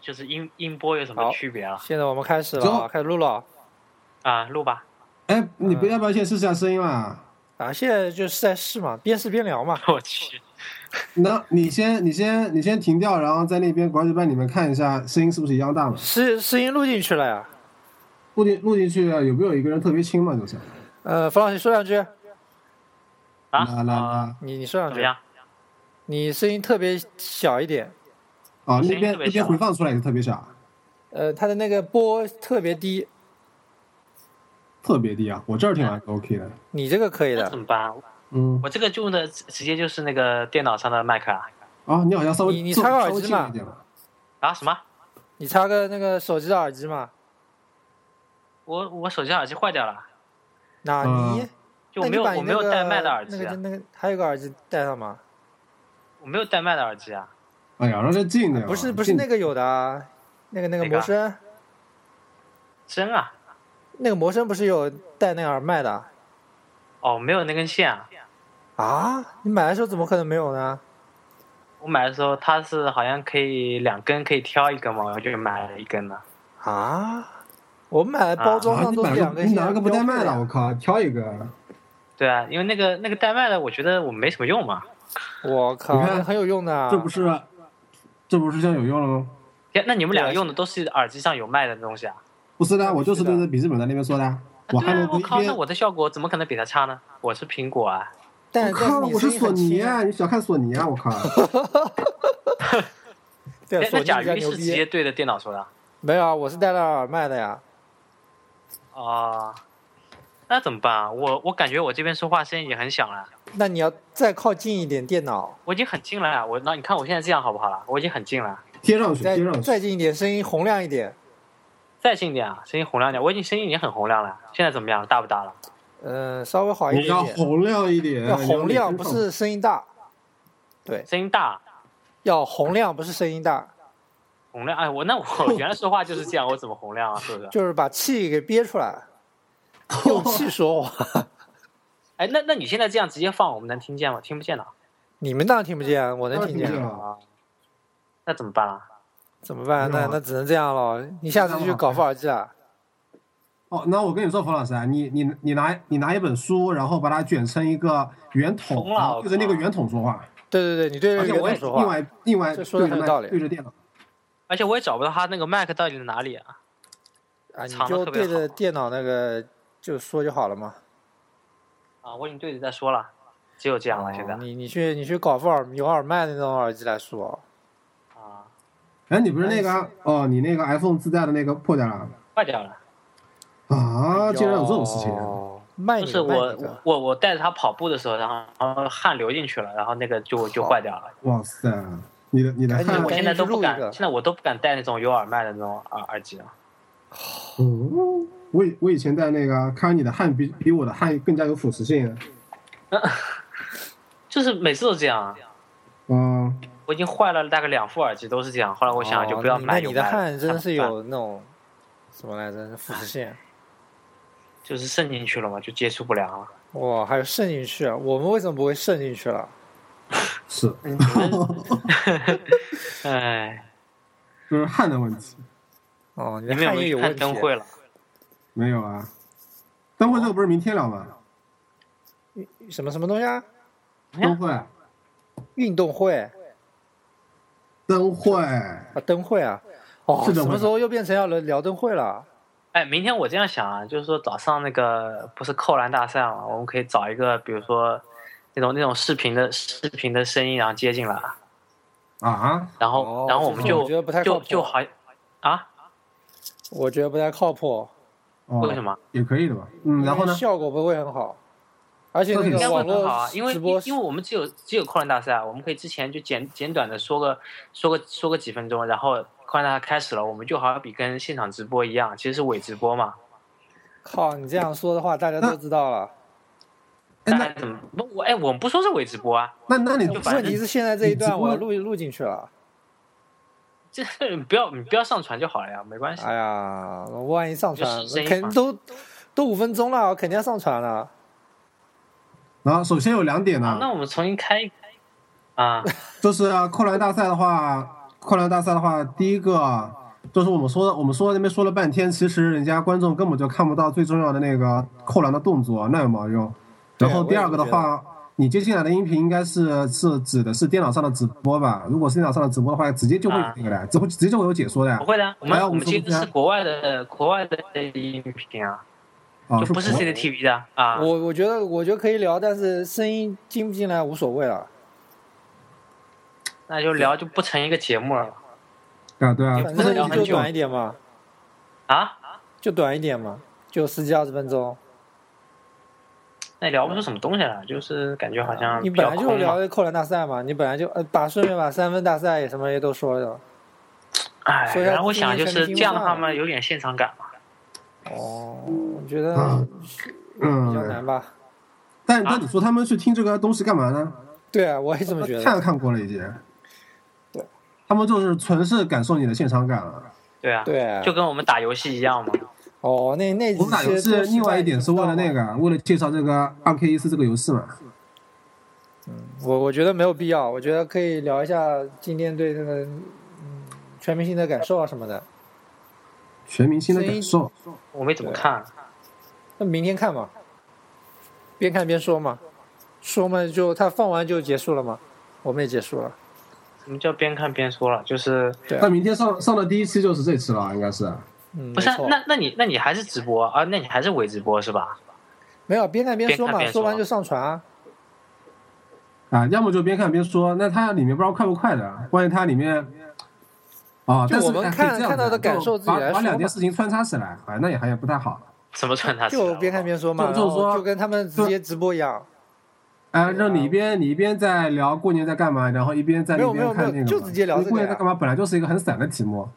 就是音音波有什么好区别啊？现在我们开始走了啊，开始录了啊啊，录吧， 哎，你嗯不要不要先试下声音嘛？啊！现在就是在试嘛，边试边聊嘛。我去，那你先你先你先停掉，然后在那边管理办里面看一下声音是不是一样大嘛？声声音录进去了呀。录进录进去有没有一个人特别轻嘛？就是呃，冯老师说两句，啊，啦啦啦，你你说呃两怎么句，样？你声音特别小一点，哦，声音那边特别那边小回放出来也特别小，呃，它的那个波特别低，特别低啊！我这儿听还是 OK 的。你这个可以那的怎。么办？啊嗯，我这个用的直直接就是那个电脑上的麦克啊哦，你好像稍微你你稍微插个耳稍微机近了嘛一点了啊什么？你插个那个手机的耳机嘛？我我手机耳机坏掉了，哪嗯尼？就那我你没有把你我没有那带个麦的耳机那啊个，那个还有个耳机带上嘛？我没有带麦的耳机啊，哎呀，让这近一点啊。不是不是近那个有的啊，那个那个哪个魔啊声，真啊，那个魔声不是有带那个耳麦的啊哦，没有那根线啊。啊？你买的时候怎么可能没有呢？我买的时候，它是好像可以两根可以挑一根嘛，我就买了一根了。啊，我们买的包装啊，上你都买是了两个根你线，拿了个不带麦的，标配我靠，挑一个。对啊，因为那个那个带麦的，我觉得我没什么用嘛。的，我靠，你看那很有用的啊。这不是，这不是现在有用了吗？呀那你们对啊两个用的都是耳机上有麦的东西啊？不是的，我就是是的对着笔记本在那边说的啊。 我对还啊能，不我一靠，那边？我的效果怎么可能比它差呢？我是苹果啊，但我靠，但你我是声音索很尼轻啊！啊，你小看索尼啊！我靠， 对，哎那索尼比甲较鱼牛是直接逼。对着电脑说的啊没有啊，我是带了耳麦的呀。哦。那怎么办啊？我我感觉我这边说话声音已经很响了，那你要再靠近一点电脑，我已经很近了啊呀。我那你看我现在这样好不好啦？我已经很近了，贴上去，再贴上去。再近一点，声音洪亮一点。再近点啊，声音洪亮点。我已经声音已经很洪亮了，现在怎么样？大不大了？嗯，稍微好一你点要点，洪亮一点，要你洪亮，脸不上是声音大。对，声音大，要洪亮，不是声音大，洪亮。哎，我那 我原来说话就是这样，我怎么洪亮啊？是不是？就是把气给憋出 来，用气说话。哎，那那你现在这样直接放，我们能听见吗？听不见了你们当然听不见，我能当然听听不见见。了啊，那怎么办啊？怎么办？没有那啊那只能这样了。你下次去搞副耳机啊。哦，那我跟你说，冯老师啊，你你你拿你拿一本书，然后把它卷成一个圆筒，疯了然后我对着那靠个圆筒说话，对对对，你对着而且圆我筒也说另话。外另外这对说得着很有麦道理对着电脑。而且我也找不到他那个麦克到底在哪里啊？啊，你藏得就特别对着好电脑那个就说就好了嘛。啊，我已经对着在说了，只有这样了，现在哦你你去你去搞副耳有耳麦的那种耳机来说，啊，哎，你不是那个啊哦，你那个 iPhone 自带的那个破掉了坏掉了。啊？竟然有这种事情！哟，哦卖就你是个卖我你个，我我带着他跑步的时候，然后然后汗流进去了，然后那个就就坏掉了。哇塞，你的你的赶紧汗我赶，现紧在都不敢录一，个现在我都不敢戴那种有耳麦的那种耳耳机了。嗯我以我以前戴那个，看你的汗比比我的汗更加有腐蚀性。啊就是每次都这样啊，嗯，我已经坏了大概两副耳机都是这样。后来我想想就不要哦那买你有那麦你的汗真是怎么办，有那种什么来着？腐蚀性。就是渗进去了嘛，就接触不良了。哇，还有渗进去，啊我们为什么不会渗进去了？是，哎，就是汗的问题。哦，你你们的有汗没液有去有问看题。灯会了？没有啊，灯会这个不是明天了吗？什么什么东西啊？灯会，运动会灯会，啊，灯会啊。哦，是什灯会么时候又变成要聊聊灯会了？哎，明天我这样想啊，就是说早上那个不是扣篮大赛嘛，我们可以找一个，比如说那种那种视频的视频的声音，然后接进来，啊，然后、哦然后我们这种就我觉得不太靠就谱就好啊？我觉得不太靠谱，哦，为什么？也可以的吧？嗯，然后呢？效果不会很好，而且那应应该个会网很络好啊，因为直播因为我们只有只有扣篮大赛啊，我们可以之前就简简短的说个说个说个几分钟，然后扣篮大赛开始了，我们就好比跟现场直播一样，其实是伪直播嘛。靠，你这样说的话，大家都知道了。哎大那家怎么不我哎，我们不说是伪直播啊， 那那你就反问正题是现在这一你直段播我要录录进去了，这不要你不要上传就好了呀，没关系。哎呀，万一上传就是声，音肯嘛都都五分钟了，肯定要上传了。然后首先有两点啊 呢，那我们重新开一啊，就是扣篮大赛的话，快乐大赛的话，第一个就是我们说的，我们说那边说了半天，其实人家观众根本就看不到最重要的那个扣篮的动作，啊那有毛用？对啊然后第二个的话，你接进来的音频应该是是指的是电脑上的直播吧？如果是电脑上的直播的话，直接就会有那个的，直播直接就会有解说的呀啊不。会的，我们哎呀啊我我们们接说不的是清国外的国外的音频啊，啊，就不是国 CCTV 的啊。我我觉得我觉得可以聊，但是声音进不进来无所谓了。那就聊就不成一个节目了啊，对啊，反不能聊正很就久短一点嘛，啊，就短一点嘛，就十几二十分钟。那也聊不出什么东西来，就是感觉好像啊你比本较来就空嘛。聊扣篮大赛嘛，你本来就呃把顺便把三分大赛什么也都说了。哎，说一下然后我想就今是年全明星这样的吧话嘛，有点现场感嘛。哦，我觉得啊比较嗯，难吧？但但你说他们去听这个东西干嘛呢？对啊，我也这么觉得。看看过了已经。对，他们就是纯是感受你的现场感了。对啊，对啊就跟我们打游戏一样嘛。哦，那那我们打游戏另外一点是为了那个。个，啊为了介绍这个二 K 一四这个游戏嘛。我我觉得没有必要，我觉得可以聊一下今天对这个嗯全明星的感受啊什么的。全明星的感受，我没怎么看，那明天看嘛，边看边说嘛，说嘛就他放完就结束了嘛，我们也结束了。什么叫边看边说了？就是对啊那，明天上上的第一期就是这期了，应该是。嗯，不是啊没错那那你那你还是直播啊？那你还是伪直播是吧？没有边看边说边看嘛，边说说完就上传啊。啊，要么就边看边说，那它里面不知道快不快的，关于它里面。啊，就但是我们哎可以看这样看到的就感受自己把来把说两件嘛事情穿插起来，啊，那也还也不太好。什么穿插式的？就边看边说嘛，就就然后说就跟他们直接直播一样，哎，让你一边你一边在聊过年在干嘛，然后一边在啊没那有没边有看没那有个嘛。就直接聊这个过年呀啊在干嘛本来就是一个很散的题目，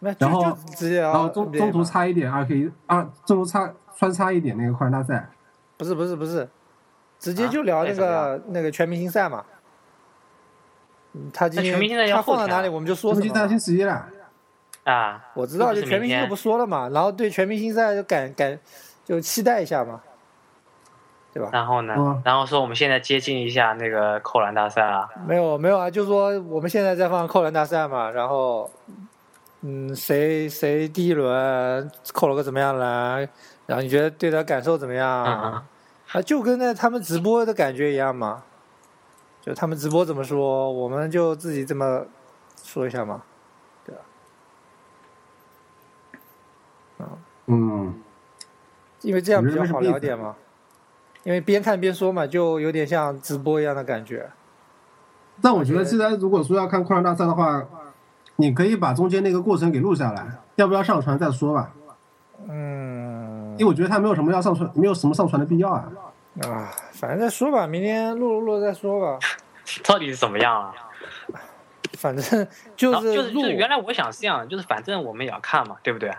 那就然后就直接啊然聊后中 NBA 中途嘛插一点二 K 二，中途插穿插一点那个快乐大赛。不是不是不是，直接啊就聊那那怎么个、那个全明星赛嘛。嗯他今那天全明星赛要他后放到天啊哪里我们就说我什们就么到嘛。星期一了。啊，我知道，那不就是全明星明就天不说了嘛，然后对全明星赛就感感就期待一下嘛，对吧？然后呢？嗯然后说我们现在接近一下那个扣篮大赛啊。没有没有啊，就说我们现在在放扣篮大赛嘛，然后嗯，谁谁第一轮扣了个怎么样篮，然后你觉得对他感受怎么样？嗯嗯啊，就跟那他们直播的感觉一样嘛，就他们直播怎么说，我们就自己这么说一下嘛。嗯，因为这样比较好聊点嘛。因为边看边说嘛，就有点像直播一样的感觉。但我觉得现在如果说要看快乐大赛的话，你可以把中间那个过程给录下来，要不要上传再说吧。嗯因为我觉得它没有什么要上传，没有什么上传的必要啊。啊，反正再说吧，明天录录录再说吧。到底是怎么样啊？反正然就后就是是录就，是原来我想是这样的，就是反正我们也要看嘛，对不对？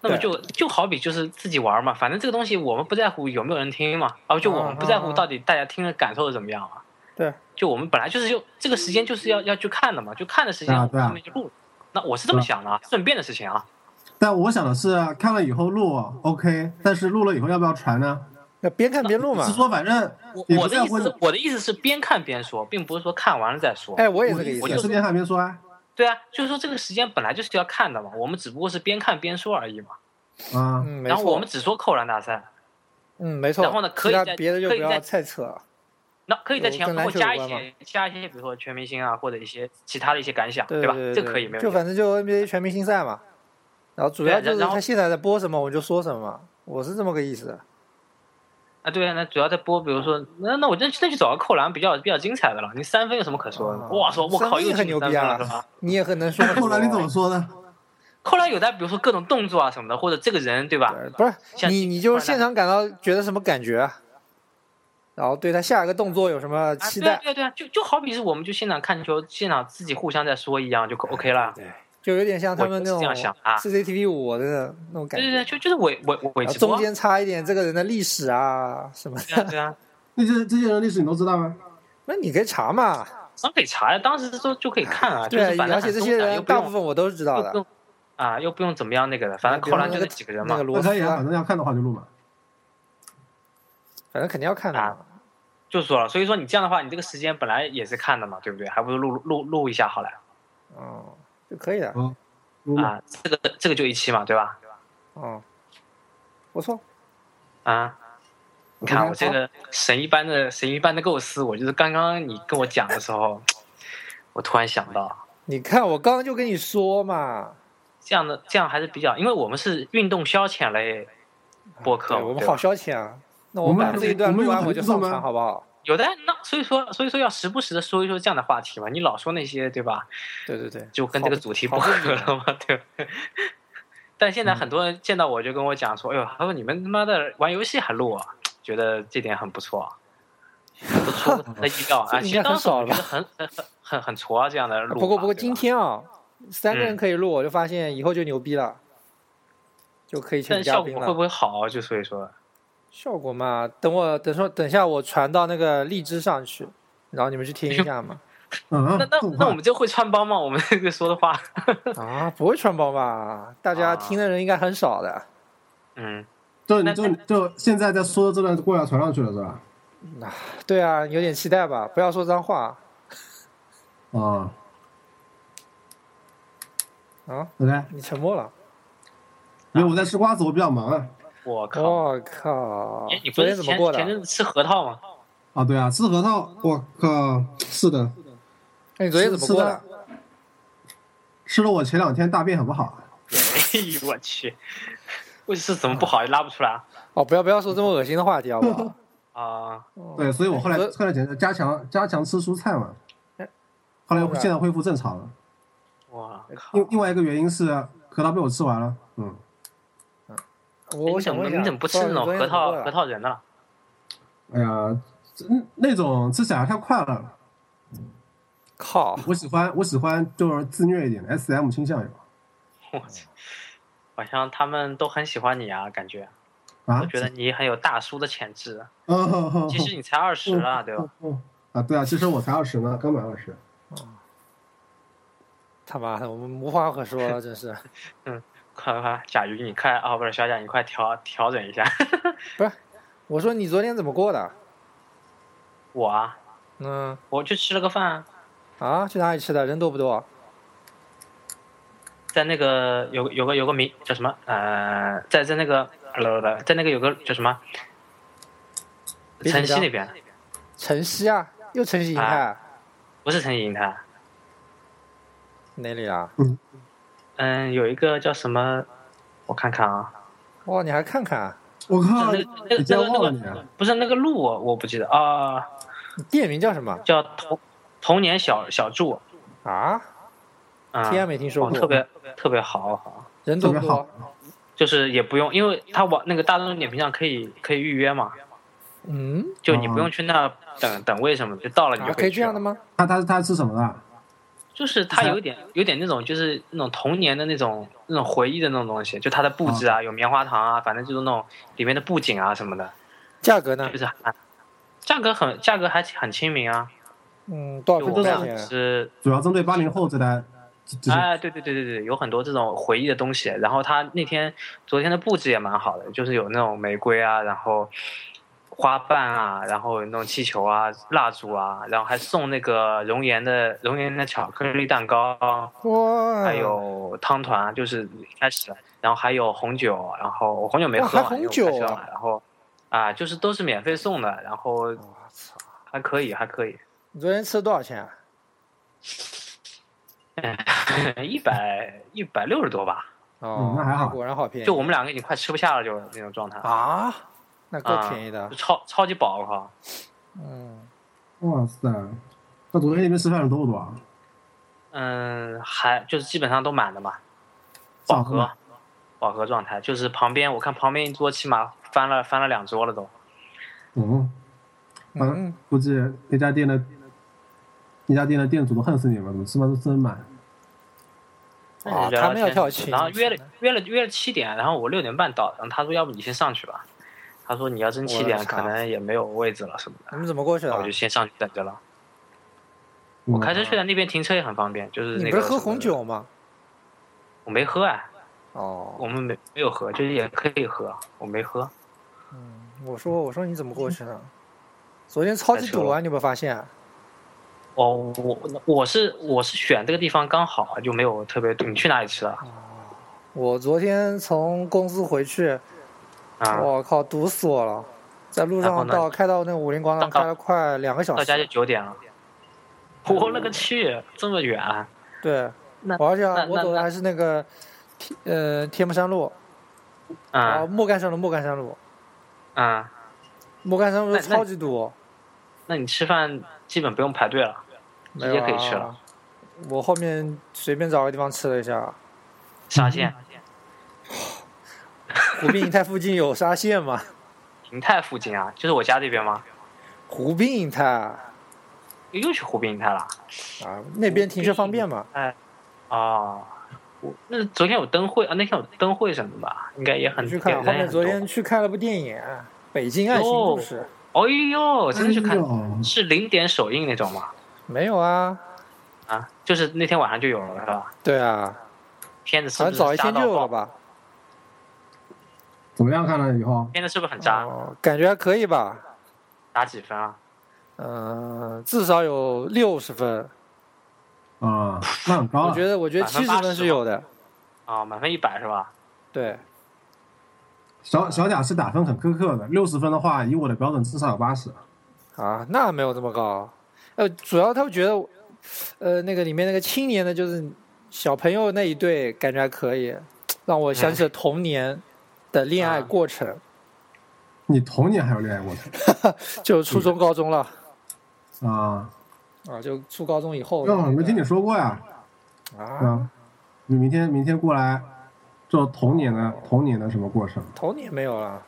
那么对就就好比就是自己玩嘛，反正这个东西我们不在乎有没有人听嘛，啊，就我们不在嗯嗯乎嗯到底大家听了感受是怎么样啊。对，就我们本来就是就这个时间就是要要去看的嘛，就看的时间对啊我对啊们后面就录了。那我是这么想的，啊，顺便的事情啊。但我想的是，看了以后录 OK，但是录了以后要不要传呢？那边看边录嘛啊是。说反正嗯我也不我的在意乎思是，我的意思是边看边说，并不是说看完了再说。哎，我也我这个意我也就思。是边看边说啊。对啊，就是说这个时间本来就是要看的嘛，我们只不过是边看边说而已嘛。 啊，嗯，没然后我错们。只说扣篮大赛，嗯，没错。然后呢可以其他再别的就可不以要再太扯了。那可以在前有跟后篮球加一有关些加一些，比如说全明星啊，或者一些其他的一些感想，对吧对？这个可以没有就问题。反正就 NBA 全明星赛嘛，然后主要对就是然后他现在在播什么，我就说什么嘛，我是这么个意思。啊，对啊，那主要在播，比如说那那我那那就找个扣篮比较比较精彩的了。你三分有什么可说的？啊哇，说我三靠，分又也进很牛三逼分了是吧啊！！你也很能说那。后来你怎么说呢？扣篮有的，比如说各种动作啊什么的，或者这个人对吧？对不是像你，进你就扣篮是现场感到觉得什么感觉啊？然后对他下一个动作有什么啊，期对啊待？对啊对啊，就就好比是我们就现场看球，现场自己互相在说一样，就 OK 了。对，就有点像他们那我就是种这样想啊 CCTV 五的那种感对觉。对对，就就是伪伪伪然后直播中啊。间插一点这个人的历史啊什么对啊的，对啊，那些这些人历史你都知道吗？那你可以查嘛。咱可以查呀，当时就就可以看啊，就对是啊，反正而且很这松些散人又不用大部分我都是知道又不的。用啊，又不用怎么样那个的，反正比扣方篮说就那个那几个人那嘛个。罗那斯可以啊，啊反，正要看的话就录嘛。反正肯定要看的啊嘛。就说了，所以说你这样的话，你这个时间本来也是看的嘛，对不对？还不如录录录一下好了。哦，就可以的。嗯啊，这个这个就一期嘛，对吧？嗯，不错，啊，你看我这个神一般的神一般的构思，我就是刚刚你跟我讲的时候，我突然想到，你看我刚刚就跟你说嘛，这样的这样还是比较，因为我们是运动消遣类播客对嘛，我们对好吧消遣啊。那我们把有这一段我们录有完我很就多上吗传，好不好？有的那所以说所以说要时不时的说一说这样的话题嘛，你老说那些对吧？对对对，就跟这个主题不好合了嘛，对吧？ 但现在嗯很多人见到我就跟我讲说：“哎呦，他说你们他妈的玩游戏还录啊，觉得这点很不错，都出乎他的意 料这啊。”应其实该很当时少我了觉吧得很很很很很挫啊，这样的录法。不过不过对吧今天啊，三个人嗯可以录，我就发现以后就牛逼了，就可以请但嘉效宾果了。会不会好？啊就所以说，效果嘛，等我等说等下我传到那个荔枝上去，然后你们去听一 下嘛。嗯，那那这么快那我们这会穿帮吗？我们这个说的话，啊，不会穿帮吧？大家啊听的人应该很少的，嗯，就那你就就现在在说的这段过要传上去了是吧？对啊，有点期待吧。不要说脏话啊啊！ ，OK，你沉默了，因为我在吃瓜子，我比较忙啊。我靠！我、靠哎，你，不哦昨是天怎么前过前阵的？子吃核桃吗？啊，对啊，吃核桃，我靠，是的，哎，你昨天怎么过的？吃了我前两天大便很不好。哎呦我去，为是怎么不好拉不出来啊哦，不要不要说这么恶心的话题好 不好？啊？对，所以我后来呃后来简直加强加强吃蔬菜嘛哎，后来现在恢复正常了。我靠另！另外一个原因是核桃被我吃完了，嗯，我我哎你怎想么问一下，你怎么不吃那种不知核道你昨天怎么桃过的核桃仁呢？哎呀，这那种吃起来太快了，靠，我喜欢我喜欢就是自虐一点的 S M 倾向有我操！好像他们都很喜欢你啊，感觉啊都，觉得你很有大叔的潜质。嗯其实你才二十了，对嗯吧？啊，对啊，其实我才二十呢，刚满二十。他妈的，我们无话可说 了，真是。快快快，甲鱼，你快啊，不是小甲，你快调调整一下。 我说你昨天怎么过的？我啊，嗯我去吃了个饭啊，啊，去哪里吃的？人多不多？在那个有有个有个名叫什么呃，在在那个呃，在那个有个叫什么别紧城张西那边，晨曦啊，又晨曦银泰、啊不是城西银泰，哪里啊？嗯，有一个叫什么，我看看啊，哇，你还看看啊？我靠，那个那你个竟那然忘个了你那啊个！不是那个路我我不记得啊。你店名叫什么叫童童年小小住啊？啊，天没听说哦过，特别特别好好，人特多别不好多？，就是也不用，因为他网那个大众点评上可以可以预约嘛，嗯，就你不用去那等等位什么，就到了你啊就，可以去这样的了。吗？他他他吃什么啊的？就是它有点有点那种就是那种童年的那种那种回忆的那种东西，就它的布置啊，有棉花糖啊，反正就是那种里面的布景啊什么的，价格呢就？是还价格很价格还很亲民啊，嗯，多就少我多少们钱？是主要针对八零后这代，这这是哎，对对对对对，有很多这种回忆的东西。然后他那天昨天的布置也蛮好的，就是有那种玫瑰啊，然后花瓣啊，然后有那种气球啊、蜡烛啊，然后还送那个熔岩的熔岩的巧克力蛋糕，哇，还有嗯汤团，就是一开始，然后还有红酒，然后我红酒没哇喝嘛，还因为红我开酒车啊嘛然后啊，就是都是免费送的，然后我操，还可以，还可以， 你昨天吃了多少钱啊？一百一百六十多吧。哦嗯，那还好果然好便宜。就我们两个已经快吃不下了，就那种状态。啊，那够便宜的就。超超级饱，我靠！嗯，哇塞！那昨天那边吃饭人多不多啊？嗯，还就是基本上都满了嘛，饱上次和，饱和状态。就是旁边我看旁边一桌起码翻了翻了两桌了都。嗯，嗯，估计那家店的那家店的店主都恨死你们，怎么吃饭都吃得满？啊，聊聊他们要天跳情，然后约了约了约了七点，然后我六点半到，然后他说要不你先上去吧，他说你要真七我点操可能也没有位置了什么的，你们怎么过去那我的啊就？先上去等着了。我嗯我开车去的那边停车也很方便，就是嗯你那不个是喝什么红的，酒吗？我没喝啊，哦，我们没没有喝，就是也可以喝，我没喝。嗯，我说我说你怎么过去的？昨天超级堵啊，你有没有发现？哦，我我是我是选这个地方刚好啊，就没有特别。你去哪里吃了我昨天从公司回去，啊？我靠，堵死我了！在路然后上呢到开到那个武林广场，到开了快两个小到家就时。九点了。哦我勒个去，这么远啊！对，那我而且啊那我走的那还是那个天呃天目山路，啊，嗯莫干山路，莫干山路，嗯，莫干山路那那超级堵，那你吃饭基本不用排队了，没直有接可以吃啊了。。我后面随便找个地方吃了一下，沙县嗯湖滨银泰附近有沙县嘛？银泰附近啊，就是我家这边吗？ 湖滨银泰啊，又去湖滨银泰了？那边停车方便嘛？哎，哦，我那昨天有灯会啊，那天有灯会什么的吧，应该也很你去看，也后人也面很昨多天去看了部电影《北京爱情故事》，哦呦，真的去哎看，呦是零点首映那种吗？没有啊？啊，就是那天晚上就有了是吧？对啊，片子是好不像是早一渣天就到有了爆？吧？怎么样看了以后？片子是不是很渣？哦，感觉还可以吧？打几分啊？嗯、至少有六十分，啊，那很哦高我了觉。得我觉得七十分是有的。啊、满分一百是吧？对，小小贾是打分很苛刻的，六十分的话，以我的标准至少有八十。啊，那没有这么高。呃，主要他们觉得我，呃，那个里面那个青年的，就是小朋友那一对，感觉还可以，让我想起哎了童年的恋啊爱过程，你童年还有恋爱过就初嗯中、高中了啊？啊，就初高中以后那我没听你说过呀，啊，啊，你明天明天过来做童年的童年的什么过程？童年没有了。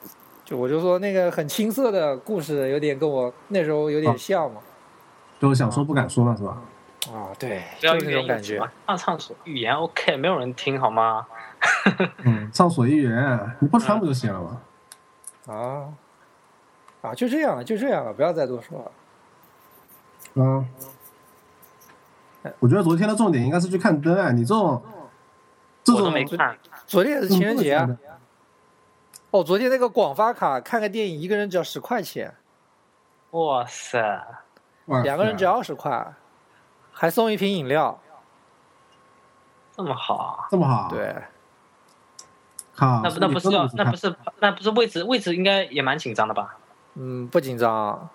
就我就说那个很青涩的故事，有点跟我那时候有点像嘛。就是想说不敢说了是吧？啊，对，不就要是预那言种感一词觉嘛。唱唱首预言 OK，没有人听好吗？嗯，畅所欲言，你不穿不就行了吗？啊啊，就这样了，就这样了，不要再多说了。嗯啊，我觉得昨天的重点应该是去看灯啊，你这种这我都种没看，昨天也是情人节啊。嗯哦，昨天那个广发卡看个电影，一个人只要十块钱，哇塞！哇两个人只要二十块，还送一瓶饮料。这么好啊？这么好，，对，靠，啊那不那不是你真的要去看那不是那不是位置位置应该也蛮紧张的吧？嗯，不紧张。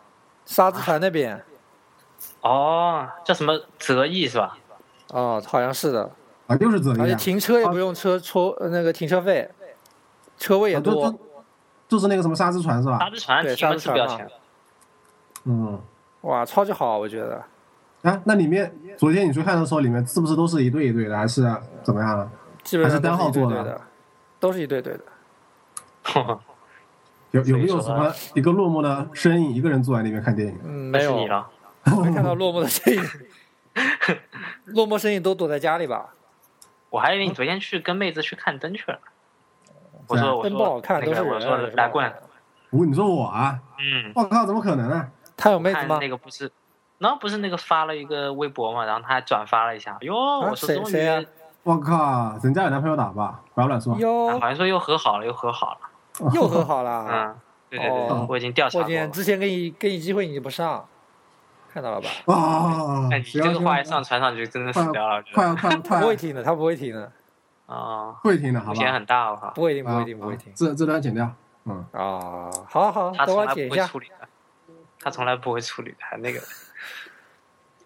沙子团那边，啊哦，叫什么泽毅是吧？哦，好像是的，啊，又是这而且样，啊停车也不用车抽呃那个停车费，车位也啊就多啊就。就是那个什么沙之船是吧沙？之船对提问沙之是不船啊要嘛钱的，嗯，哇，超级好，我觉得。啊，那里面昨天你去看的时候，里面是不是都是一对一对的，还是怎么样的？啊基本上还是单号都是一坐对的对的，都是一对对的。哦有有没所有以什说么一个落寞的身影，一个人坐在那边 看电影？嗯，那没是有你，了。没看到 落寞的身影。落寞身影都躲在家里吧？我还以嗯为你昨天去跟妹子去看灯去了。我对啊说我真不好说看，那都是个我人。啊说是吧来棍， 我你说我啊，嗯，我靠，怎么可能啊呢、他有妹子看吗？那个不是，然后不是那个发了一个微博嘛，然后他还转发了一下，哟，我说谁终谁啊于我靠，人家有男朋友打吧，不要乱说。哟哎好，像说又和好了，又和好了，又和好了。 嗯，对对对啊哦，我已经调查霍过了建，。之前给你给你机会你不上，看到了吧？啊！哎，你不这要个话一说上传上去，真的死掉了，我觉快得要快要快他不会要听的，他不会听的，啊，会听的，好风吧？险很大，我哦靠。不会听，不啊会听，不会听啊。这这段剪掉。嗯，啊！好好，他等从我来剪不一会下。处理的，他从来不会处理的，还那个，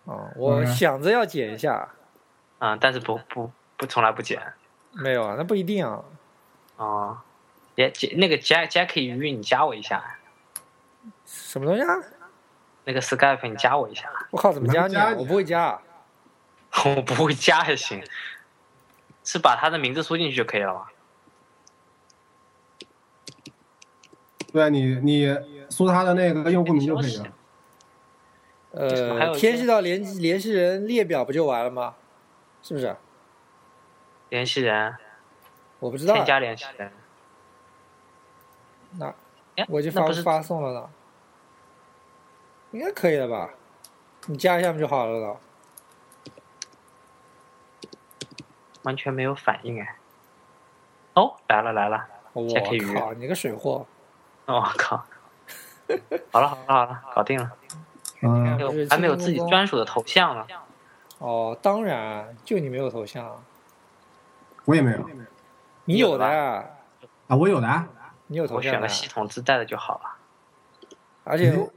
哦，我想着要剪一下，嗯，但是不不不从来不剪没有啊，那不一定啊。啊。也姐那个 Jack Jacky 鱼，你加我一下，什么东西啊？那个 Skype 你加我一下， 我靠，怎么加你我啊？不加你我不会加。我不会加也行，是把他的名字输进去就可以了吗？对啊，你你输他的那个用户名就可以消息哎了。什么还有呃，一些添置到联系联系人列表不就完了吗？是不是？联系人，我不知道添啊，加联系人。那哎我就那发不是发送了呢，应该可以了吧？你加一下不就好了呢？完全没有反应哎。哦，来了来了，哦我加 K 鱼靠，你个水货！我、靠！好了好了好了，搞定了。嗯不是还没有自己清宫专属的头像呢。哦，当然，就你没有头像，我也没有你有有的吧啊，啊，我有的啊，你有头我像选的个系统自带的就好了。而且你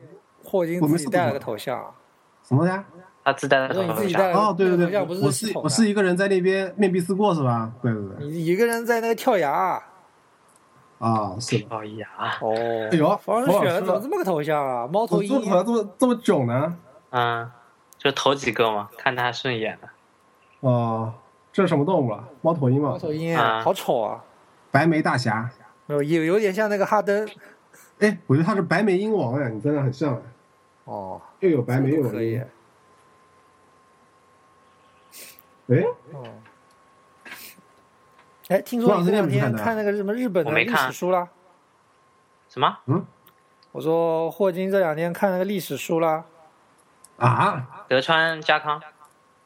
霍金我没自己搜带过了个头像，什么的？啊它自带的我说你自头己像，带哦，对对那个头呃对像不，是我系是统的我是一个人在那边面壁思过是吧？对对对，你一个人在那个跳崖。啊是的。哦呀，哦，哎呦，方世罗老雪师怎么这么个头像啊？猫头我鹰做怎么这么这么囧呢？嗯，就头几个嘛，看他顺眼的。哦，这是什么动物啊？猫头鹰猫吗？头鹰啊好丑啊！白眉大侠。没有，有有点像那个哈登。哎，我觉得他是白眉鹰王哎，你真的很像哎，哦，又有白眉又这有个可以啊鹰。。哎，嗯。哎，听罗说老你师这那两不是天看的啊看那个什么日本的我没历看史书啦？什么？我说霍金这两天看那个历史书啦。啊，德川家康？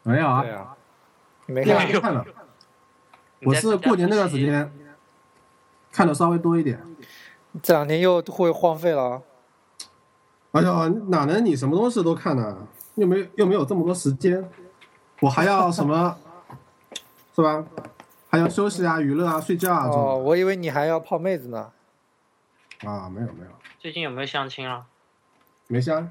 没有啊对，啊，你没那看？个我 看了，你我在是过年那段时家康间看的稍微多一点。这两天又会荒废了啊。哎呦，哪能你什么东西都看呢、又没又没有这么多时间，我还要什么， 是吧？还要休息啊、娱乐啊、睡觉啊这哦，种、我以为你还要泡妹子呢。啊，没有没有，最近有没有相亲了？没香。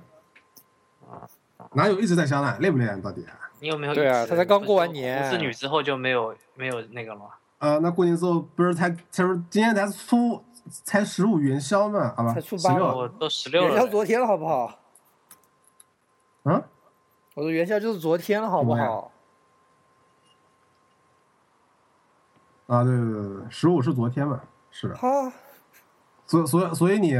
哪有一直在香呢？累不累啊？你到底啊？你有没有一次？对啊他才刚过完年不是女之后就没有没有那个吗？啊，那过年之后不是才才是今天才初才十五元宵嘛？好吧，才初十八六我都十六元宵了，昨天了，好不好？啊？我说元宵就是昨天了，好不什么好？啊，对对对对，十五是昨天嘛？是的，哈，所所以所以你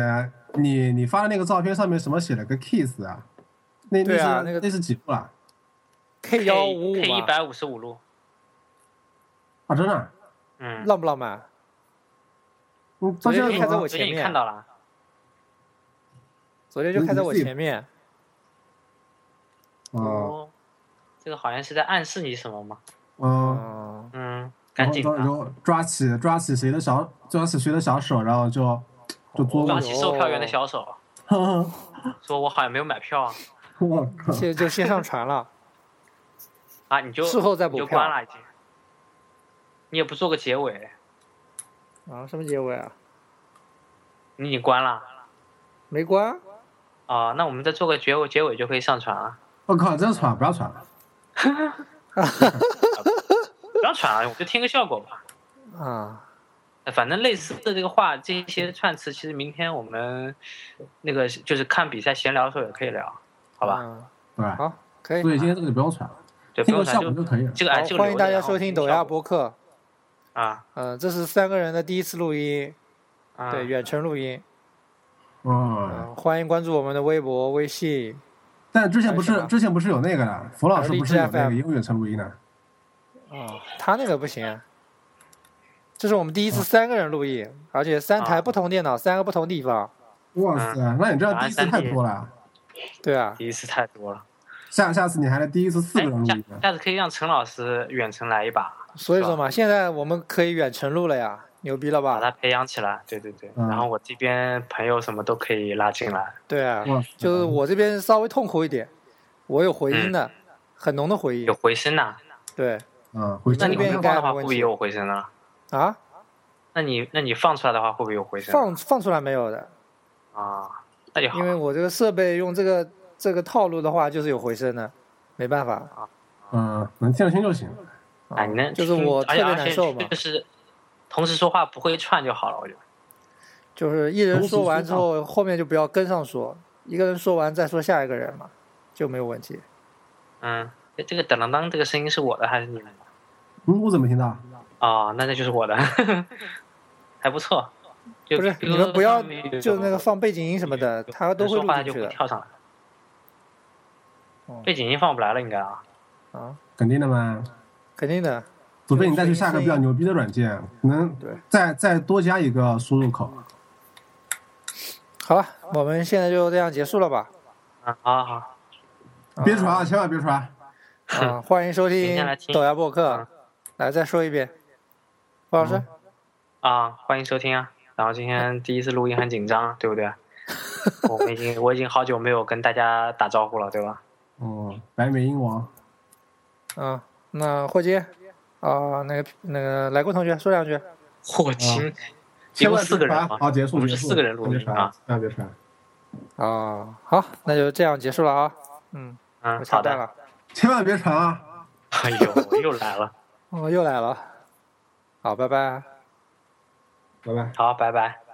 你你发的那个照片上面什么写了个 kiss 啊？那那对是、啊那个那是几步了？ K 幺五五 K 一嘛，百五十五路。啊，真的啊？嗯，浪不浪漫？嗯，到现在昨天还怎在么我昨天前你面看到了？啊昨天就开在我前面，哦啊，哦这个好像是在暗示你什么吗？嗯，嗯，嗯，然赶后紧就吧，就抓起抓起谁的小抓起谁的小手，然后就就捉抓过起去。售票哦员的小手， 说我好像没有买票啊，我靠！现在就先上 传了，啊，你就事后再你补就票关了已经，你也不做个结尾，啊？什么结尾啊？你已经关了没关，啊，那我们再做个结尾，结尾就可以上传啊了，我靠！真传不要传了。不要传了，我就听个效果吧。啊，反正类似的这个话，这些串词，其实明天我们那个就是看比赛闲聊的时候也可以聊，好吧？嗯，对，好，可以。所以今天这个就不用传了，对，不听用传就个效果就可以了。这个好哎，这个欢迎留着大家然后收听听抖啊效亚果播客，啊，嗯，这是三个人的第一次录音，啊对，远程录音，嗯，嗯，欢迎关注我们的微博、微信，但之前不还有什是么之前不是有那个的，冯老师不是有还那有个荔英语程录音的？啊，他那个不行，这是我们第一次三个人录音，而且三台嗯啊不同电脑，三个不同地方，哇塞！嗯那你这样第一次太多了，对啊，第一次太多了，下下次你还得第一次四哎个人录下音呢。下次可以让陈老师远程来一把，所以说嘛，现在我们可以远程录了呀，牛逼了把他吧？培养起来，对对对，嗯然后我这边朋友什么都可以拉进来，对啊，哎哇塞！就是我这边稍微痛苦一点，我有回音的，很浓的回音嗯有。回声呐，对啊嗯，回去那你这边放应该的话没会问不会题也有回声呢？啊，那你那你放出来的话会不会有回声？放放出来没有的，啊，那就好因为我这个设备用这个这个套路的话，就是有回声的，没办法。嗯，能听得清就行。啊哎，你能就是我特而且别而难且受嘛就，是同时说话不会串就好了，我觉得。就是一人同时说完之说后，后面就不要跟上说，一个人说完再说下一个人嘛，就没有问题。嗯，诶这个当当当这个声音是我的还是你们的？嗯，我怎么没听到？哦，那那就是我的， 还不错。就不是比如你们不要说有就那个放背景音什么的，他都人会说录话进就去会的跳上来。哦背景音放不来了，应该啊。啊，肯定的嘛，肯定的。除非你再去下个比较牛逼的软件，能对再再多加一个输入口。好了，我们现在就这样结束 了吧。啊，好好好，嗯别传啊，千万别传！啊，欢迎收停听下来听抖音播客啊。来，再说一遍，付老师，啊，欢迎收听啊。然后今天第一次录音很紧张，对不对？我们已经我已经好久没有跟大家打招呼了，对吧？哦，白眉鹰王，嗯啊，那霍金啊，那个那个来过同学说两句，霍金，嗯一千共万四个人别吗传？啊，结束，我们结是束，四个人录别音传啊，那别传，啊，好，那就这样结束了啊。嗯，嗯我，好插断的。了。千万别传啊！哎呦，又来了。哦，又来了。好，拜拜啊。拜拜。好，拜拜。